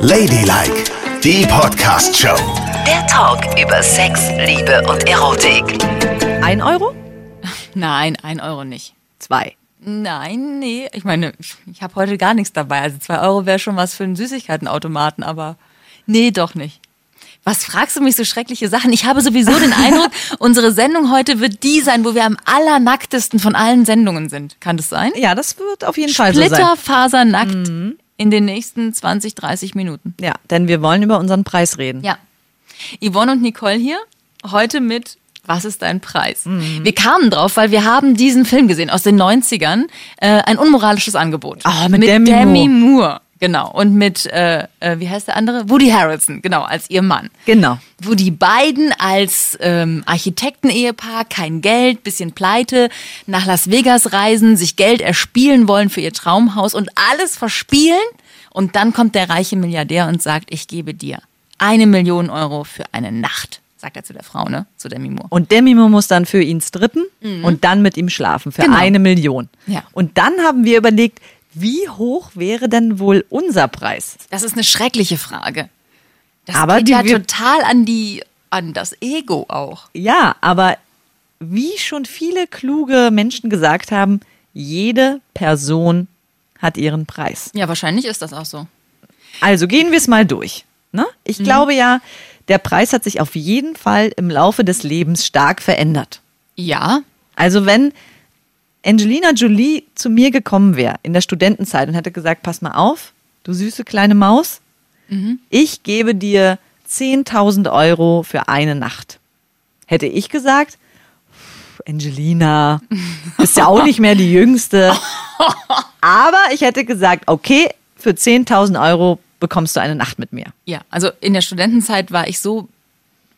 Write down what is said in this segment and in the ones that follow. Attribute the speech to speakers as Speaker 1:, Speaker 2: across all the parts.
Speaker 1: Ladylike, die Podcast-Show.
Speaker 2: Der Talk über Sex, Liebe und Erotik.
Speaker 3: Ein Euro?
Speaker 4: Nein, ein Euro nicht.
Speaker 3: Zwei.
Speaker 4: Nein, nee. Ich meine, ich habe heute gar nichts dabei. Also zwei Euro wäre schon was für einen Süßigkeitenautomaten, aber nee, doch nicht. Was fragst du mich so schreckliche Sachen? Ich habe sowieso den Eindruck, unsere Sendung heute wird die sein, wo wir am allernacktesten von allen Sendungen sind. Kann das sein?
Speaker 3: Ja, das wird auf jeden Fall so sein.
Speaker 4: Glitterfasernackt in den nächsten 20, 30 Minuten.
Speaker 3: Ja, denn wir wollen über unseren Preis reden.
Speaker 4: Ja. Yvonne und Nicole hier, heute mit Was ist dein Preis?
Speaker 3: Mhm.
Speaker 4: Wir kamen drauf, weil wir haben diesen Film gesehen aus den 90ern, äh, ein unmoralisches Angebot.
Speaker 3: Ah, mit Demi Moore.
Speaker 4: Moore. Genau, und mit, äh, äh, wie heißt der andere? Woody Harrelson, genau, als ihr Mann.
Speaker 3: Genau.
Speaker 4: Wo die beiden als ähm, Architekten-Ehepaar kein Geld, bisschen pleite, nach Las Vegas reisen, sich Geld erspielen wollen für ihr Traumhaus und alles verspielen. Und dann kommt der reiche Milliardär und sagt, ich gebe dir eine Million Euro für eine Nacht. Sagt er zu der Frau, ne? Zu Demi Moore.
Speaker 3: Und Demi Moore muss dann für ihn strippen und dann mit ihm schlafen für
Speaker 4: Mhm. Genau.
Speaker 3: eine Million.
Speaker 4: Ja.
Speaker 3: Und dann haben wir überlegt, wie hoch wäre denn wohl unser Preis?
Speaker 4: Das ist eine schreckliche Frage. Das
Speaker 3: Aber
Speaker 4: geht
Speaker 3: die
Speaker 4: ja
Speaker 3: wir-
Speaker 4: total an die, an das Ego auch.
Speaker 3: Ja, aber wie schon viele kluge Menschen gesagt haben, jede Person hat ihren Preis.
Speaker 4: Ja, wahrscheinlich ist das auch so.
Speaker 3: Also gehen wir es mal durch. Ne?
Speaker 4: Mhm.
Speaker 3: Ich glaube ja, der Preis hat sich auf jeden Fall im Laufe des Lebens stark verändert.
Speaker 4: Ja,
Speaker 3: Also wenn Angelina Jolie zu mir gekommen wäre in der Studentenzeit und hätte gesagt, pass mal auf, du süße kleine Maus,
Speaker 4: Mhm.
Speaker 3: ich gebe dir 10.000 Euro für eine Nacht. Hätte ich gesagt, "Pff, Angelina, bist ja auch nicht mehr die Jüngste. Aber ich hätte gesagt, okay, für 10.000 Euro bekommst du eine Nacht mit mir.
Speaker 4: ja. Also in der Studentenzeit war ich so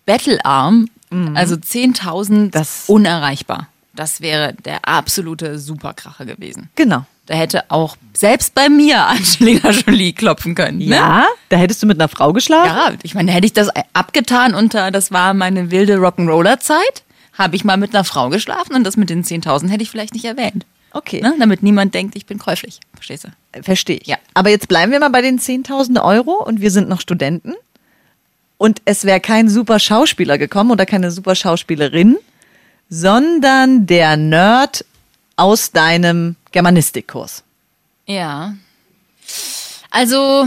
Speaker 4: bettelarm, also 10.000
Speaker 3: Mhm. Das-
Speaker 4: unerreichbar. Das wäre der absolute Superkracher gewesen.
Speaker 3: Genau.
Speaker 4: Da hätte auch selbst bei mir Angelina Jolie klopfen können. Ne?
Speaker 3: Ja, da hättest du mit einer Frau geschlafen.
Speaker 4: Ja, ich meine, hätte ich das abgetan unter, das war meine wilde Rock'n'Roller-Zeit, habe ich mal mit einer Frau geschlafen und das mit den 10.000 hätte ich vielleicht nicht erwähnt.
Speaker 3: Okay.
Speaker 4: Ne? Damit niemand denkt, ich bin käuflich. Verstehst du?
Speaker 3: Verstehe ich.
Speaker 4: Ja.
Speaker 3: Aber jetzt bleiben wir mal bei den 10.000 Euro und wir sind noch Studenten. Und es wäre kein super Schauspieler gekommen oder keine super Schauspielerin, sondern der Nerd aus deinem Germanistikkurs.
Speaker 4: Ja. Also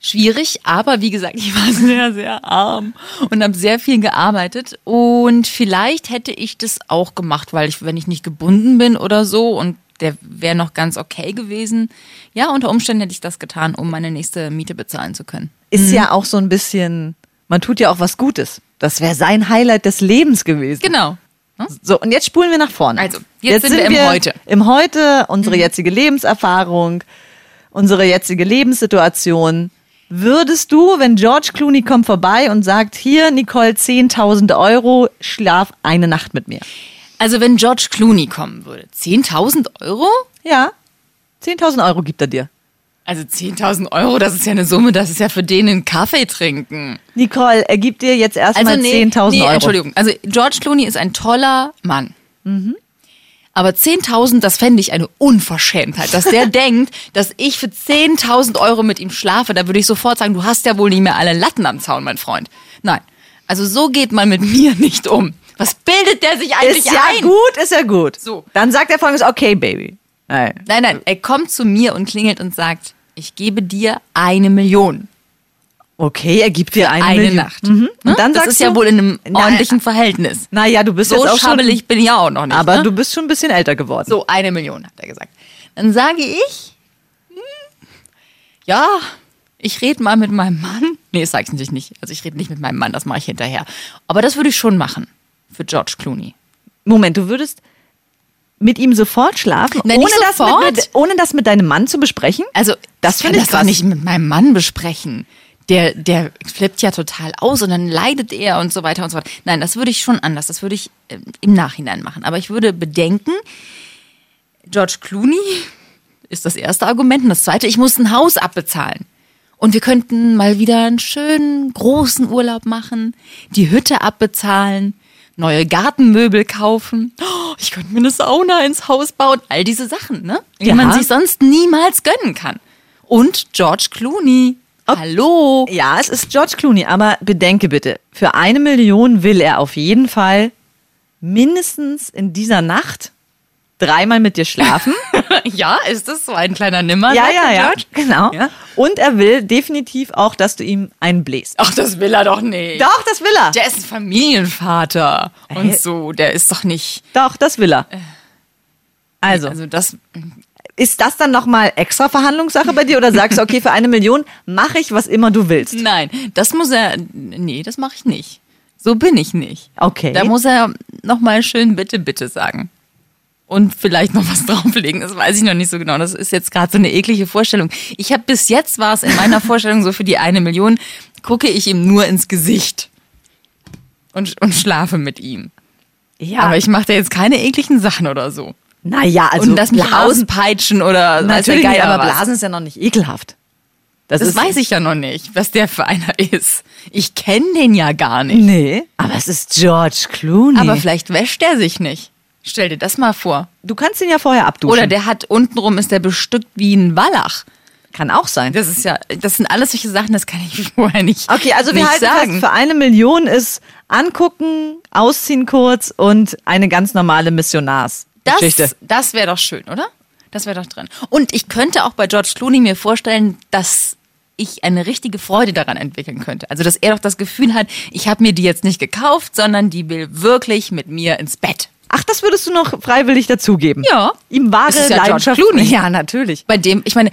Speaker 4: schwierig, aber wie gesagt, ich war sehr, sehr arm und habe sehr viel gearbeitet. Und vielleicht hätte ich das auch gemacht, weil ich, wenn ich nicht gebunden bin oder so und der wäre noch ganz okay gewesen. Ja, unter Umständen hätte ich das getan, um meine nächste Miete bezahlen zu können.
Speaker 3: Ist ja auch so ein bisschen, man tut ja auch was Gutes. Das wäre sein Highlight des Lebens gewesen.
Speaker 4: Genau.
Speaker 3: So, und jetzt spulen wir nach vorne.
Speaker 4: Also, jetzt sind wir im Heute. Mhm.
Speaker 3: Im Heute, unsere jetzige Lebenserfahrung, unsere jetzige Lebenssituation. Würdest du, wenn George Clooney kommt vorbei und sagt, hier, Nicole, 10.000 Euro, schlaf eine Nacht mit mir.
Speaker 4: Also wenn George Clooney kommen würde, 10.000 Euro?
Speaker 3: Ja, 10.000 Euro gibt er dir.
Speaker 4: Also 10.000 Euro, das ist ja eine Summe, das ist ja für den einen Kaffee trinken.
Speaker 3: Nicole, er gibt dir jetzt erstmal 10.000
Speaker 4: Also nee,
Speaker 3: Euro.
Speaker 4: Entschuldigung. Also George Clooney ist ein toller Mann. Aber 10.000, das fände ich eine Unverschämtheit, dass der denkt, dass ich für 10.000 Euro mit ihm schlafe. Da würde ich sofort sagen, du hast ja wohl nicht mehr alle Latten am Zaun, mein Freund. Nein, also so geht man mit mir nicht um. Was bildet der sich eigentlich
Speaker 3: Ist ja
Speaker 4: ein?
Speaker 3: gut, ist ja gut.
Speaker 4: So.
Speaker 3: Dann sagt er folgendes, okay, Baby. Nein.
Speaker 4: Nein, nein, er kommt zu mir und klingelt und sagt, ich gebe dir eine Million.
Speaker 3: Okay, er gibt dir eine,
Speaker 4: Eine
Speaker 3: Million.
Speaker 4: Nacht.
Speaker 3: Mhm.
Speaker 4: Ne?
Speaker 3: Und dann
Speaker 4: das
Speaker 3: sagst
Speaker 4: ist ja
Speaker 3: du,
Speaker 4: wohl in einem
Speaker 3: Na,
Speaker 4: ordentlichen Verhältnis.
Speaker 3: Naja, du bist
Speaker 4: So
Speaker 3: jetzt auch
Speaker 4: schabbelig
Speaker 3: schon,
Speaker 4: bin ich ja auch noch nicht.
Speaker 3: aber
Speaker 4: ne?
Speaker 3: du bist schon ein bisschen älter geworden.
Speaker 4: So, eine Million, hat er gesagt. Dann sage ich, hm, ja, ich rede mal mit meinem Mann. Nee, das sage ich natürlich nicht. Also ich rede nicht mit meinem Mann, das mache ich hinterher. Aber das würde ich schon machen für George Clooney.
Speaker 3: Moment, du würdest mit ihm sofort schlafen,
Speaker 4: Nein,
Speaker 3: ohne,
Speaker 4: nicht
Speaker 3: das
Speaker 4: sofort.
Speaker 3: Mit, mit, ohne das mit deinem Mann zu besprechen?
Speaker 4: Also,
Speaker 3: Das
Speaker 4: ich kann
Speaker 3: find ich
Speaker 4: das doch
Speaker 3: krass.
Speaker 4: nicht mit meinem Mann besprechen. Der, der flippt ja total aus und dann leidet er und so weiter und so fort. Nein, das würde ich schon anders. Das würde ich ähm, im Nachhinein machen. Aber ich würde bedenken, George Clooney ist das erste Argument. Und das zweite, ich muss ein Haus abbezahlen. Und wir könnten mal wieder einen schönen, großen Urlaub machen, die Hütte abbezahlen, neue Gartenmöbel kaufen. Oh, ich könnte mir eine Sauna ins Haus bauen. All diese Sachen, ne? Die
Speaker 3: Ja.
Speaker 4: man sich sonst niemals gönnen kann. Und George Clooney. Hallo.
Speaker 3: Ja, es ist George Clooney, aber bedenke bitte, für eine Million will er auf jeden Fall mindestens in dieser Nacht dreimal mit dir schlafen.
Speaker 4: Ja, ist das so ein kleiner Nimmer?
Speaker 3: ja,
Speaker 4: sagt
Speaker 3: ja,
Speaker 4: der
Speaker 3: ja,
Speaker 4: George?
Speaker 3: genau.
Speaker 4: Ja.
Speaker 3: Und er will definitiv auch, dass du ihm einbläst.
Speaker 4: Ach, das will er doch nicht.
Speaker 3: Doch, das will er.
Speaker 4: Der ist ein Familienvater
Speaker 3: Äh.
Speaker 4: und so. Der ist doch nicht.
Speaker 3: Doch, das will er. Also,
Speaker 4: Äh. Also das.
Speaker 3: ist das dann nochmal extra Verhandlungssache bei dir oder sagst du, okay, für eine Million mache ich, was immer du willst?
Speaker 4: Nein, das muss er. Nee, das mache ich nicht. So bin ich nicht.
Speaker 3: Okay.
Speaker 4: Da muss er nochmal schön bitte, bitte sagen. Und vielleicht noch was drauflegen. Das weiß ich noch nicht so genau. Das ist jetzt gerade so eine eklige Vorstellung. Ich habe bis jetzt war es in meiner Vorstellung so für die eine Million, gucke ich ihm nur ins Gesicht. Und, und schlafe mit ihm.
Speaker 3: Ja,
Speaker 4: Aber ich mache da jetzt keine ekligen Sachen oder so.
Speaker 3: naja, also
Speaker 4: und das mich
Speaker 3: Blasen,
Speaker 4: auspeitschen oder weiß der
Speaker 3: natürlich
Speaker 4: Geier
Speaker 3: nicht, aber
Speaker 4: was.
Speaker 3: Blasen ist ja noch nicht ekelhaft.
Speaker 4: Das
Speaker 3: ist-
Speaker 4: weiß ich ja noch nicht, was der für einer ist. Ich kenne den ja gar nicht.
Speaker 3: Nee, aber es ist George Clooney.
Speaker 4: Aber vielleicht wäscht er sich nicht. Stell dir das mal vor.
Speaker 3: du kannst ihn ja vorher abduschen.
Speaker 4: Oder der hat untenrum ist der bestückt wie ein Wallach.
Speaker 3: kann auch sein.
Speaker 4: Das ist ja, das sind alles solche Sachen, das kann ich vorher nicht.
Speaker 3: Okay, also wir
Speaker 4: nicht
Speaker 3: halten
Speaker 4: sagen.
Speaker 3: fest, für eine Million ist angucken, ausziehen kurz und eine ganz normale Missionarsgeschichte.
Speaker 4: das, das wäre doch schön, oder? Das wäre doch drin. Und ich könnte auch bei George Clooney mir vorstellen, dass ich eine richtige Freude daran entwickeln könnte. Also dass er doch das Gefühl hat, ich habe mir die jetzt nicht gekauft, sondern die will wirklich mit mir ins Bett.
Speaker 3: Ach, das würdest du noch freiwillig dazugeben?
Speaker 4: Ja.
Speaker 3: Ihm
Speaker 4: Das
Speaker 3: wahre
Speaker 4: ist ja George
Speaker 3: Leidenschaft.
Speaker 4: Clooney.
Speaker 3: Ja, natürlich.
Speaker 4: bei dem, ich meine,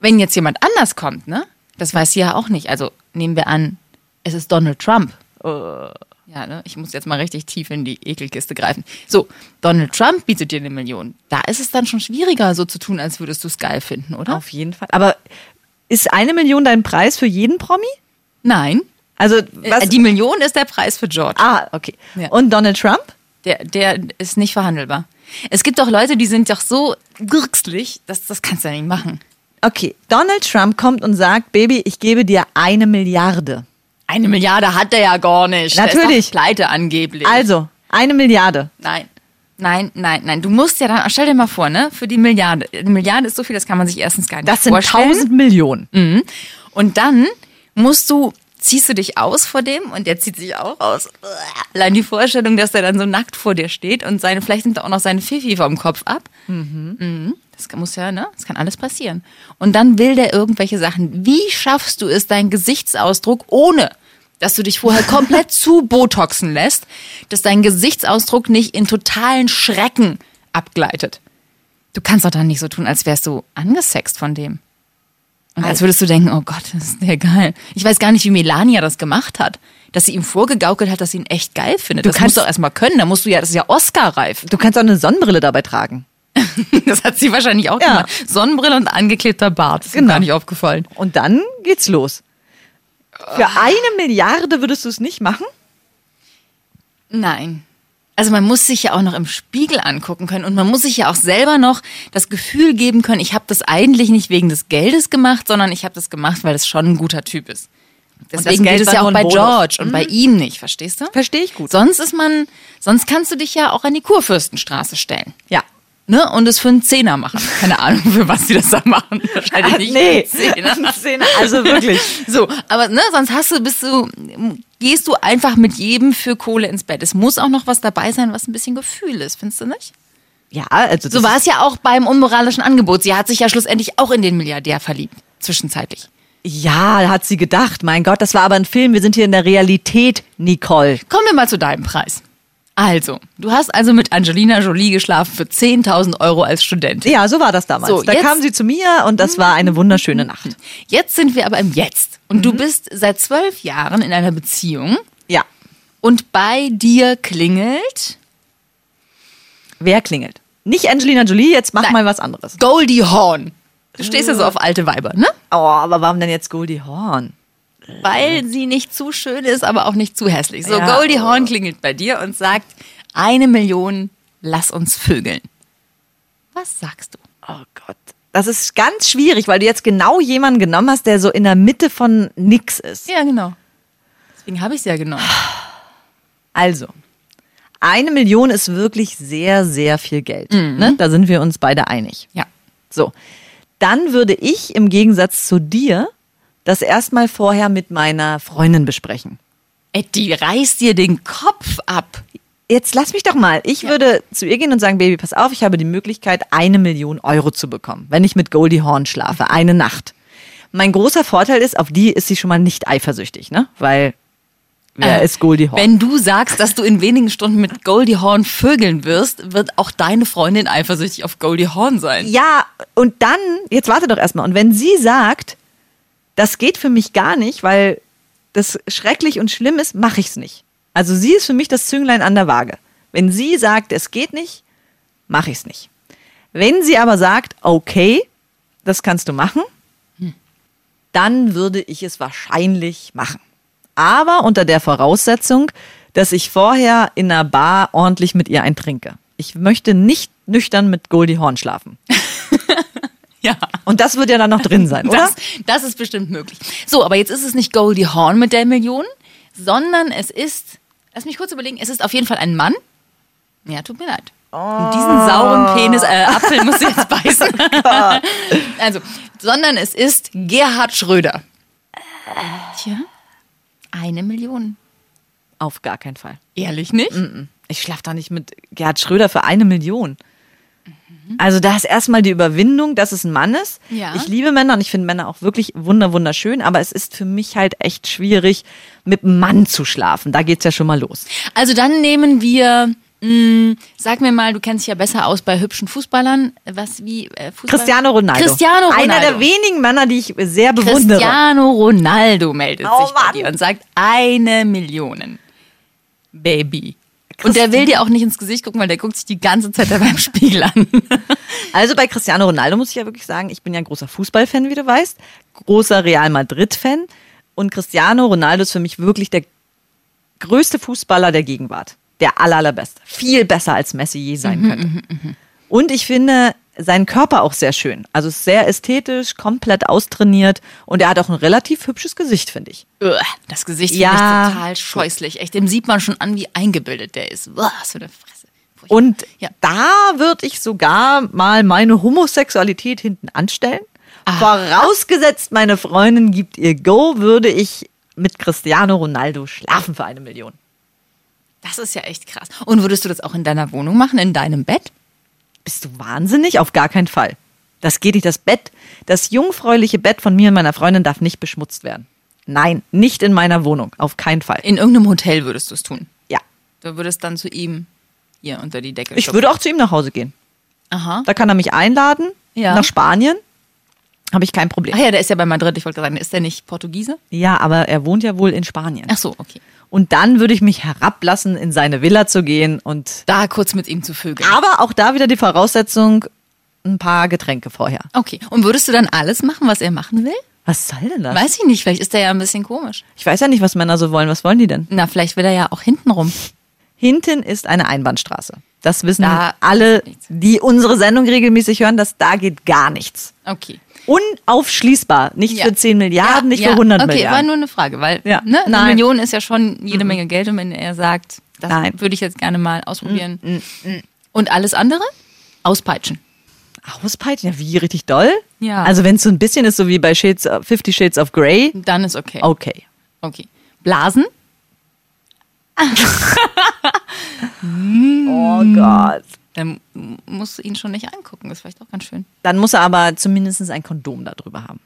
Speaker 4: wenn jetzt jemand anders kommt, ne? Das weiß sie ja auch nicht. Also nehmen wir an, es ist Donald Trump.
Speaker 3: Oh.
Speaker 4: Ja, ne? Ich muss jetzt mal richtig tief in die Ekelkiste greifen. So, Donald Trump bietet dir eine Million. Da ist es dann schon schwieriger, so zu tun, als würdest du es geil finden, oder?
Speaker 3: Auf jeden Fall. Ah. Aber ist eine Million dein Preis für jeden Promi?
Speaker 4: Nein.
Speaker 3: Also was?
Speaker 4: Äh, Die Million ist der Preis für George.
Speaker 3: ah, okay.
Speaker 4: Ja.
Speaker 3: Und Donald Trump?
Speaker 4: Der, der ist nicht verhandelbar. Es gibt doch Leute, die sind doch so gürkslich, dass das kannst du ja nicht machen.
Speaker 3: Okay, Donald Trump kommt und sagt, Baby, ich gebe dir eine Milliarde.
Speaker 4: Eine Milliarde hat er ja gar nicht. Der ist doch
Speaker 3: Natürlich.
Speaker 4: pleite angeblich.
Speaker 3: Also, eine Milliarde.
Speaker 4: Nein. Nein, nein, nein. Du musst ja dann, stell dir mal vor, ne? Für die Milliarde. Eine Milliarde ist so viel, das kann man sich erstens gar nicht
Speaker 3: Das sind
Speaker 4: vorstellen.
Speaker 3: tausend Millionen.
Speaker 4: Mhm. Und dann musst du, ziehst du dich aus vor dem und der zieht sich auch aus. Allein die Vorstellung, dass der dann so nackt vor dir steht und seine, vielleicht nimmt er auch noch seine Fifi vom Kopf ab. Mhm. Das kann- muss ja, ne? Das kann alles passieren. Und dann will der irgendwelche Sachen. Wie schaffst du es, deinen Gesichtsausdruck ohne dass du dich vorher komplett zu botoxen lässt, dass dein Gesichtsausdruck nicht in totalen Schrecken abgleitet. Du kannst doch dann nicht so tun, als wärst du angesext von dem. Und
Speaker 3: Also-
Speaker 4: als würdest du denken, oh Gott, das ist der geil. Ich weiß gar nicht, wie Melania das gemacht hat. Dass sie ihm vorgegaukelt hat, dass sie ihn echt geil findet.
Speaker 3: Du
Speaker 4: das
Speaker 3: kannst-
Speaker 4: musst du doch erstmal können. Da musst du ja, das ist ja Oscar-reif.
Speaker 3: Du kannst auch eine Sonnenbrille dabei tragen.
Speaker 4: Das hat sie wahrscheinlich auch
Speaker 3: Ja.
Speaker 4: gemacht. Sonnenbrille und angeklebter Bart. Das ist mir
Speaker 3: Genau.
Speaker 4: gar nicht aufgefallen.
Speaker 3: Und dann geht's los. Für
Speaker 4: Ah.
Speaker 3: eine Milliarde würdest du es nicht machen?
Speaker 4: Nein. Also man muss sich ja auch noch im Spiegel angucken können und man muss sich ja auch selber noch das Gefühl geben können, ich habe das eigentlich nicht wegen des Geldes gemacht, sondern ich habe das gemacht, weil es schon ein guter Typ ist.
Speaker 3: das
Speaker 4: Deswegen
Speaker 3: Geld
Speaker 4: gilt es
Speaker 3: war
Speaker 4: ja
Speaker 3: nur
Speaker 4: auch
Speaker 3: ein
Speaker 4: bei
Speaker 3: Bonus.
Speaker 4: George und bei ihm nicht, verstehst du?
Speaker 3: Verstehe ich gut.
Speaker 4: Sonst ist man, sonst kannst du dich ja auch an die Kurfürstenstraße stellen.
Speaker 3: Ja.
Speaker 4: Ne? Und es für einen Zehner machen. Keine Ahnung, für was die das da machen. Wahrscheinlich
Speaker 3: Ah,
Speaker 4: nicht
Speaker 3: nee.
Speaker 4: für einen Zehner.
Speaker 3: Zehner, also wirklich.
Speaker 4: So, aber ne, sonst hast du, bist du, gehst du einfach mit jedem für Kohle ins Bett. Es muss auch noch was dabei sein, was ein bisschen Gefühl ist, findest du nicht?
Speaker 3: Ja, also das
Speaker 4: So war es ja auch beim unmoralischen Angebot. Sie hat sich ja schlussendlich auch in den Milliardär verliebt, zwischenzeitlich.
Speaker 3: Ist, ja, hat sie gedacht. Mein Gott, das war aber ein Film. Wir sind hier in der Realität, Nicole.
Speaker 4: Kommen wir mal zu deinem Preis. Also, du hast also mit Angelina Jolie geschlafen für 10.000 Euro als Student.
Speaker 3: Ja, so war das damals.
Speaker 4: So,
Speaker 3: da
Speaker 4: jetzt-
Speaker 3: kam sie zu mir und das war eine wunderschöne Nacht.
Speaker 4: Jetzt sind wir aber im Jetzt. Und du bist seit zwölf Jahren in einer Beziehung
Speaker 3: Ja.
Speaker 4: und bei dir klingelt
Speaker 3: Wer klingelt? Nicht Angelina Jolie, jetzt mach
Speaker 4: Nein.
Speaker 3: mal was anderes.
Speaker 4: Goldie Horn. Du stehst ja so auf alte Weiber, ne?
Speaker 3: Oh, aber warum denn jetzt Goldie Horn?
Speaker 4: Weil sie nicht zu schön ist, aber auch nicht zu hässlich. So,
Speaker 3: Mhm. Ja.
Speaker 4: Goldie Horn klingelt bei dir und sagt, eine Million, lass uns vögeln. Was sagst du?
Speaker 3: Oh Gott. Das ist ganz schwierig, weil du jetzt genau jemanden genommen hast, der so in der Mitte von nix ist.
Speaker 4: Ja, genau. Deswegen habe ich es ja genommen.
Speaker 3: Ah. Also, eine Million ist
Speaker 4: Mhm.
Speaker 3: wirklich sehr, sehr viel Geld. Ne? Da sind wir uns beide einig.
Speaker 4: Ja.
Speaker 3: So, dann würde ich im Gegensatz zu dir das erstmal vorher mit meiner Freundin besprechen.
Speaker 4: Etty, reiß dir den Kopf ab.
Speaker 3: Jetzt lass mich doch mal. Ich würde zu ihr gehen und sagen, Baby, pass auf, ich habe die Möglichkeit, eine Million Euro zu bekommen, wenn ich mit Goldie Horn schlafe, eine Nacht. Mein großer Vorteil ist, auf die ist sie schon mal nicht eifersüchtig, ne? Weil wer
Speaker 4: Äh,
Speaker 3: ist Goldie Horn?
Speaker 4: Wenn du sagst, dass du in wenigen Stunden mit Goldie Horn vögeln wirst, wird auch deine Freundin eifersüchtig auf Goldie Horn sein.
Speaker 3: Ja, und dann, jetzt warte doch erstmal. Und wenn sie sagt, das geht für mich gar nicht, weil das schrecklich und schlimm ist, mache ich es nicht. Also sie ist für mich das Zünglein an der Waage. Wenn sie sagt, es geht nicht, mache ich es nicht. Wenn sie aber sagt, okay, das kannst du machen, dann würde ich es wahrscheinlich machen. Aber unter der Voraussetzung, dass ich vorher in einer Bar ordentlich mit ihr eintrinke. Ich möchte nicht nüchtern mit Goldie Horn schlafen.
Speaker 4: Ja.
Speaker 3: Und das wird ja dann noch drin sein, oder?
Speaker 4: Das, das ist bestimmt möglich. So, aber jetzt ist es nicht Goldie Horn mit der Million, sondern es ist, lass mich kurz überlegen, es ist auf jeden Fall ein Mann. Ja, tut mir leid. Und diesen
Speaker 3: Ah.
Speaker 4: sauren Penis, äh, Apfel musst du jetzt beißen.
Speaker 3: Oh
Speaker 4: also, sondern es ist Gerhard Schröder. Tja, eine Million.
Speaker 3: Auf gar keinen Fall.
Speaker 4: Ehrlich nicht?
Speaker 3: Mm. Ich schlafe doch nicht mit Gerhard Schröder für eine Million. Also da ist erstmal die Überwindung, dass es ein Mann ist.
Speaker 4: Ja.
Speaker 3: Ich liebe Männer und ich finde Männer auch wirklich wunder wunderschön, aber es ist für mich halt echt schwierig, mit einem Mann zu schlafen. Da geht's ja schon mal los.
Speaker 4: Also dann nehmen wir, mh, sag mir mal, du kennst dich ja besser aus bei hübschen Fußballern, was wie äh, Fußball?
Speaker 3: Cristiano Ronaldo.
Speaker 4: Cristiano Ronaldo.
Speaker 3: Einer der wenigen Männer, die ich sehr bewundere.
Speaker 4: Cristiano Ronaldo meldet
Speaker 3: Oh,
Speaker 4: sich bei
Speaker 3: Mann.
Speaker 4: dir und sagt eine Million, Baby. Und der will dir auch nicht ins Gesicht gucken, weil der guckt sich die ganze Zeit dabei im Spiegel an.
Speaker 3: Also bei Cristiano Ronaldo muss ich ja wirklich sagen, ich bin ja ein großer Fußballfan, wie du weißt, großer Real Madrid-Fan. Und Cristiano Ronaldo ist für mich wirklich der größte Fußballer der Gegenwart. Der aller, allerbeste. Viel besser als Messi je sein könnte. Und ich finde seinen Körper auch sehr schön. Also ist sehr ästhetisch, komplett austrainiert. Und er hat auch ein relativ hübsches Gesicht, finde ich.
Speaker 4: Uah, Das Gesicht
Speaker 3: Ja.
Speaker 4: finde ich total scheußlich. Echt, dem sieht man schon an, wie eingebildet der ist. Uah, Was für eine Fresse. Furchtbar.
Speaker 3: Und
Speaker 4: Ja.
Speaker 3: da würde ich sogar mal meine Homosexualität hinten anstellen.
Speaker 4: Ah.
Speaker 3: Vorausgesetzt, meine Freundin gibt ihr Go, würde ich mit Cristiano Ronaldo schlafen für eine Million.
Speaker 4: das ist ja echt krass. Und würdest du das auch in deiner Wohnung machen, in deinem Bett?
Speaker 3: Bist du wahnsinnig? Auf gar keinen Fall. Das geht nicht. Das Bett, das jungfräuliche Bett von mir und meiner Freundin darf nicht beschmutzt werden. Nein, nicht in meiner Wohnung. Auf keinen Fall.
Speaker 4: In irgendeinem Hotel würdest du es tun.
Speaker 3: Ja.
Speaker 4: Du würdest dann zu ihm hier unter die Decke
Speaker 3: Ich
Speaker 4: klopfen.
Speaker 3: würde auch zu ihm nach Hause gehen.
Speaker 4: Aha.
Speaker 3: Da kann er mich einladen.
Speaker 4: Ja.
Speaker 3: Nach Spanien. Habe ich kein Problem.
Speaker 4: Ach Ah ja, der ist ja bei Madrid. Ich wollte gerade sagen, ist der nicht Portugiese?
Speaker 3: Ja, aber er wohnt ja wohl in Spanien.
Speaker 4: Ach so, okay.
Speaker 3: Und dann würde ich mich herablassen, in seine Villa zu gehen und.
Speaker 4: Da kurz mit ihm zu vögeln.
Speaker 3: Aber auch da wieder die Voraussetzung, ein paar Getränke vorher.
Speaker 4: Okay. Und würdest du dann alles machen, was er machen will?
Speaker 3: Was soll denn das?
Speaker 4: Weiß ich nicht. Vielleicht ist der ja ein bisschen komisch.
Speaker 3: Ich weiß ja nicht, was Männer so wollen. Was wollen die denn?
Speaker 4: Na, vielleicht will er ja auch hintenrum.
Speaker 3: Hinten ist eine Einbahnstraße. Das wissen
Speaker 4: Da
Speaker 3: alle,
Speaker 4: ist nichts.
Speaker 3: die unsere Sendung regelmäßig hören, dass da geht gar nichts.
Speaker 4: Okay.
Speaker 3: Unaufschließbar. Nicht
Speaker 4: Ja.
Speaker 3: für 10 Milliarden, nicht
Speaker 4: ja.
Speaker 3: für 100
Speaker 4: okay, war
Speaker 3: Milliarden.
Speaker 4: nur eine Frage, weil
Speaker 3: Ja.
Speaker 4: ne, eine
Speaker 3: Nein. Mhm.
Speaker 4: Million ist ja schon jede Menge Geld und wenn er sagt, das
Speaker 3: Nein. Mhm,
Speaker 4: würde ich jetzt gerne mal ausprobieren. Und alles andere? Auspeitschen.
Speaker 3: Auspeitschen? Ja, wie richtig doll?
Speaker 4: Ja.
Speaker 3: Also, wenn es so ein bisschen ist, so wie bei Shades, äh, 50 Shades of Grey,
Speaker 4: Dann ist okay.
Speaker 3: okay.
Speaker 4: Okay. Blasen?
Speaker 3: Oh Gott.
Speaker 4: Dann musst du ihn schon nicht angucken. Das ist vielleicht auch ganz schön.
Speaker 3: Dann muss er aber zumindest ein Kondom darüber haben.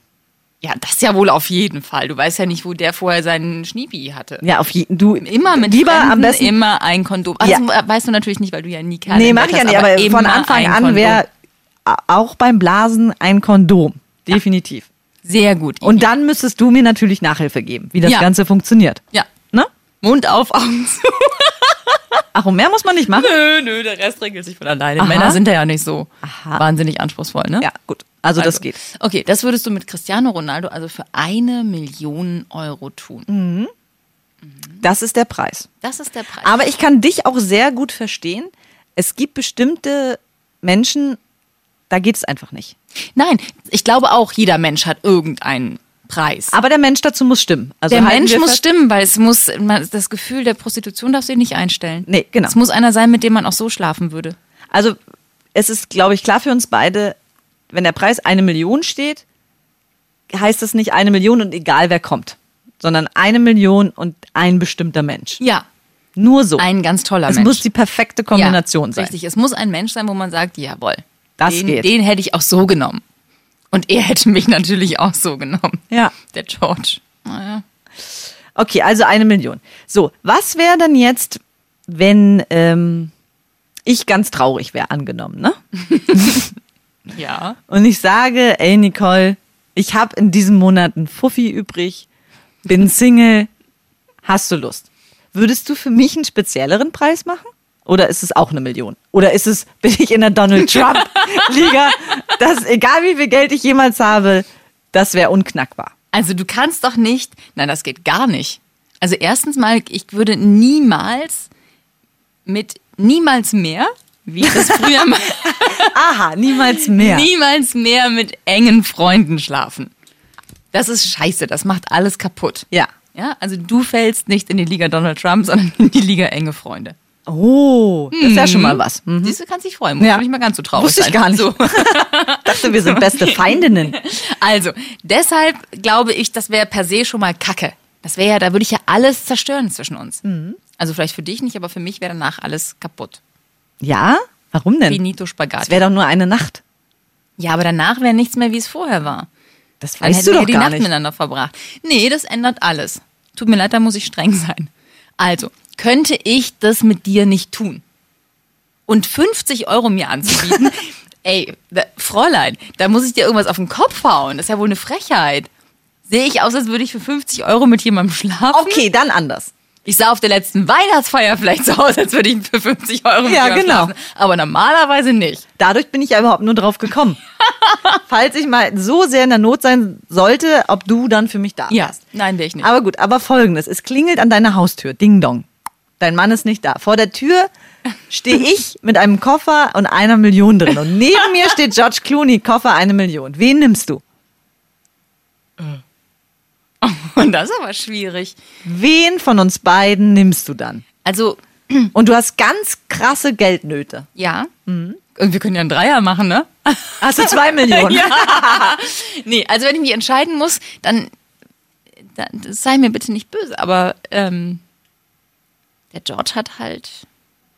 Speaker 4: Ja, das ja wohl auf jeden Fall. Du weißt ja nicht, wo der vorher seinen Schniepi hatte.
Speaker 3: Ja, auf jeden Du
Speaker 4: Immer mit
Speaker 3: lieber
Speaker 4: Fremden,
Speaker 3: am besten.
Speaker 4: immer ein Kondom. Ach,
Speaker 3: Ja.
Speaker 4: Das weißt du natürlich nicht, weil du ja nie Kerle
Speaker 3: nee,
Speaker 4: im
Speaker 3: mach
Speaker 4: Bett
Speaker 3: ich ja
Speaker 4: hast,
Speaker 3: nicht, aber,
Speaker 4: immer
Speaker 3: von Anfang
Speaker 4: ein
Speaker 3: an
Speaker 4: Kondom.
Speaker 3: wäre auch beim Blasen ein Kondom. Definitiv.
Speaker 4: Sehr gut.
Speaker 3: Und dann müsstest du mir natürlich Nachhilfe geben, wie das
Speaker 4: Ja.
Speaker 3: Ganze funktioniert.
Speaker 4: ja.
Speaker 3: Ne?
Speaker 4: Mund auf, Augen zu.
Speaker 3: Ach, und mehr muss man nicht machen?
Speaker 4: Nö, nö, der Rest regelt sich von alleine.
Speaker 3: Aha.
Speaker 4: Männer sind da ja nicht so
Speaker 3: Aha.
Speaker 4: wahnsinnig anspruchsvoll, ne?
Speaker 3: Ja, gut. Also, das geht.
Speaker 4: Okay, das würdest du mit Cristiano Ronaldo also für eine Million Euro tun.
Speaker 3: Mhm. Das ist der Preis.
Speaker 4: Das ist der Preis.
Speaker 3: Aber ich kann dich auch sehr gut verstehen. Es gibt bestimmte Menschen, da geht es einfach nicht.
Speaker 4: Nein, ich glaube auch, jeder Mensch hat irgendeinen Preis.
Speaker 3: Aber der Mensch dazu muss stimmen. Also
Speaker 4: der
Speaker 3: halten
Speaker 4: Mensch
Speaker 3: wir
Speaker 4: muss
Speaker 3: fest-
Speaker 4: stimmen, weil es muss man, das Gefühl der Prostitution darfst du dir nicht einstellen.
Speaker 3: Nee, genau.
Speaker 4: Es muss einer sein, mit dem man auch so schlafen würde.
Speaker 3: Also es ist, glaube ich, klar für uns beide, wenn der Preis eine Million steht, heißt das nicht eine Million und egal wer kommt, sondern eine Million und ein bestimmter Mensch.
Speaker 4: Ja,
Speaker 3: Nur so.
Speaker 4: ein ganz toller
Speaker 3: es
Speaker 4: Mensch.
Speaker 3: muss die perfekte Kombination
Speaker 4: ja,
Speaker 3: sein.
Speaker 4: Richtig, es muss ein Mensch sein, wo man sagt, jawohl.
Speaker 3: Das
Speaker 4: den,
Speaker 3: geht.
Speaker 4: Den hätte ich auch so genommen. Und er hätte mich natürlich auch so genommen.
Speaker 3: Ja.
Speaker 4: Der George. Naja.
Speaker 3: Okay, also eine Million. So, was wäre denn jetzt, wenn ähm, ich ganz traurig wäre, angenommen, ne?
Speaker 4: Ja.
Speaker 3: Und ich sage, ey Nicole, ich habe in diesem Monat einen Fuffi übrig, bin Single, hast du Lust? Würdest du für mich einen spezielleren Preis machen? Oder ist es auch eine Million? Oder ist es, bin ich in der Donald Trump-Liga, dass egal wie viel Geld ich jemals habe, das wäre unknackbar.
Speaker 4: Also du kannst doch nicht. Nein, das geht gar nicht. Also erstens mal, ich würde niemals mit niemals mehr, wie ich das früher mal,
Speaker 3: Aha, niemals mehr.
Speaker 4: niemals mehr mit engen Freunden schlafen. Das ist scheiße, das macht alles kaputt.
Speaker 3: Ja.
Speaker 4: Ja, also du fällst nicht in die Liga Donald Trump, sondern in die Liga enge Freunde.
Speaker 3: Oh, das ist ja schon
Speaker 4: Mhm.
Speaker 3: mal was. Hm.
Speaker 4: Siehst du, kannst dich freuen. Muss
Speaker 3: Ja.
Speaker 4: nicht mal ganz so traurig
Speaker 3: Wusste ich
Speaker 4: sein.
Speaker 3: gar nicht.
Speaker 4: So.
Speaker 3: Dachte, wir sind beste Feindinnen.
Speaker 4: Also, deshalb glaube ich, das wäre per se schon mal Kacke. Das wäre ja, da würde ich ja alles zerstören zwischen uns.
Speaker 3: Mhm.
Speaker 4: Also vielleicht für dich nicht, aber für mich wäre danach alles kaputt.
Speaker 3: Ja? Warum denn?
Speaker 4: Finito
Speaker 3: Es
Speaker 4: Spagat.
Speaker 3: wäre doch nur eine Nacht.
Speaker 4: Ja, aber danach wäre nichts mehr, wie es vorher war.
Speaker 3: Das
Speaker 4: Dann
Speaker 3: weißt
Speaker 4: hätten
Speaker 3: du
Speaker 4: wir
Speaker 3: doch
Speaker 4: die
Speaker 3: gar
Speaker 4: Nacht
Speaker 3: nicht.
Speaker 4: miteinander verbracht. Nee, das ändert alles. Tut mir leid, da muss ich streng sein. Also, könnte ich das mit dir nicht tun? Und 50 Euro mir anzubieten? Ey, da, Fräulein, da muss ich dir irgendwas auf den Kopf hauen. Das ist ja wohl eine Frechheit. Sehe ich aus, als würde ich für 50 Euro mit jemandem schlafen?
Speaker 3: Okay, dann anders.
Speaker 4: Ich sah auf der letzten Weihnachtsfeier vielleicht so aus, als würde ich für 50 Euro mit
Speaker 3: Ja,
Speaker 4: jemandem
Speaker 3: genau.
Speaker 4: schlafen. Aber normalerweise nicht.
Speaker 3: Dadurch bin ich ja überhaupt nur drauf gekommen. Falls ich mal so sehr in der Not sein sollte, ob du dann für mich da
Speaker 4: Ja,
Speaker 3: bist.
Speaker 4: nein, wäre ich nicht.
Speaker 3: Aber gut, aber folgendes. Es klingelt an deiner Haustür. Ding dong. Dein Mann ist nicht da. Vor der Tür stehe ich mit einem Koffer und einer Million drin. Und neben mir steht George Clooney, Koffer, eine Million. Wen nimmst du?
Speaker 4: Und das ist aber schwierig.
Speaker 3: Wen von uns beiden nimmst du dann?
Speaker 4: Also,
Speaker 3: Und du hast ganz krasse Geldnöte.
Speaker 4: Ja. Und wir können ja einen Dreier machen, ne?
Speaker 3: Hast du zwei Millionen?
Speaker 4: Nee, also wenn ich mich entscheiden muss, dann, dann sei mir bitte nicht böse, aber ähm, der George hat halt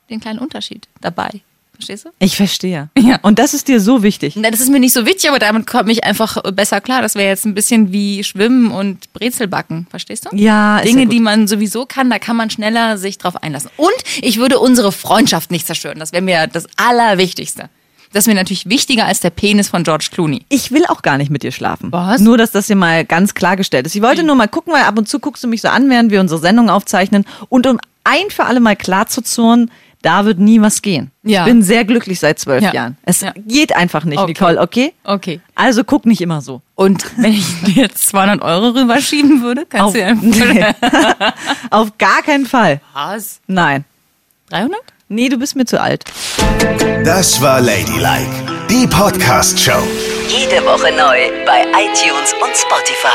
Speaker 4: den kleinen Unterschied dabei. Verstehst du?
Speaker 3: Ich verstehe.
Speaker 4: Ja.
Speaker 3: Und das ist dir so wichtig.
Speaker 4: Na, das ist mir nicht so wichtig, aber damit komme ich einfach besser klar. Das wäre jetzt ein bisschen wie Schwimmen und Brezelbacken, verstehst du?
Speaker 3: Ja, ist ja
Speaker 4: Dinge,
Speaker 3: gut.
Speaker 4: die man sowieso kann, da kann man schneller sich drauf einlassen. Und ich würde unsere Freundschaft nicht zerstören. Das wäre mir das Allerwichtigste. Das ist mir natürlich wichtiger als der Penis von George Clooney.
Speaker 3: Ich will auch gar nicht mit dir schlafen.
Speaker 4: Was? Hm.
Speaker 3: Nur, dass das hier mal ganz klargestellt ist. Ich wollte nur mal gucken, weil ab und zu guckst du mich so an, während wir unsere Sendung aufzeichnen. Und um ein für alle Mal klar zu zurren, da wird nie was gehen.
Speaker 4: Ja.
Speaker 3: Ich bin sehr glücklich seit zwölf
Speaker 4: Ja.
Speaker 3: Jahren. Es
Speaker 4: Ja.
Speaker 3: geht einfach nicht,
Speaker 4: Okay.
Speaker 3: Nicole, okay?
Speaker 4: Okay.
Speaker 3: Also guck nicht immer so.
Speaker 4: Und wenn ich dir jetzt 200 Euro rüberschieben würde, kannst du ja
Speaker 3: nee. Auf gar keinen Fall.
Speaker 4: Was?
Speaker 3: Nein.
Speaker 4: 300?
Speaker 3: Nee, du bist mir zu alt.
Speaker 1: Das war Ladylike, die Podcast-Show.
Speaker 2: Jede Woche neu bei iTunes und Spotify.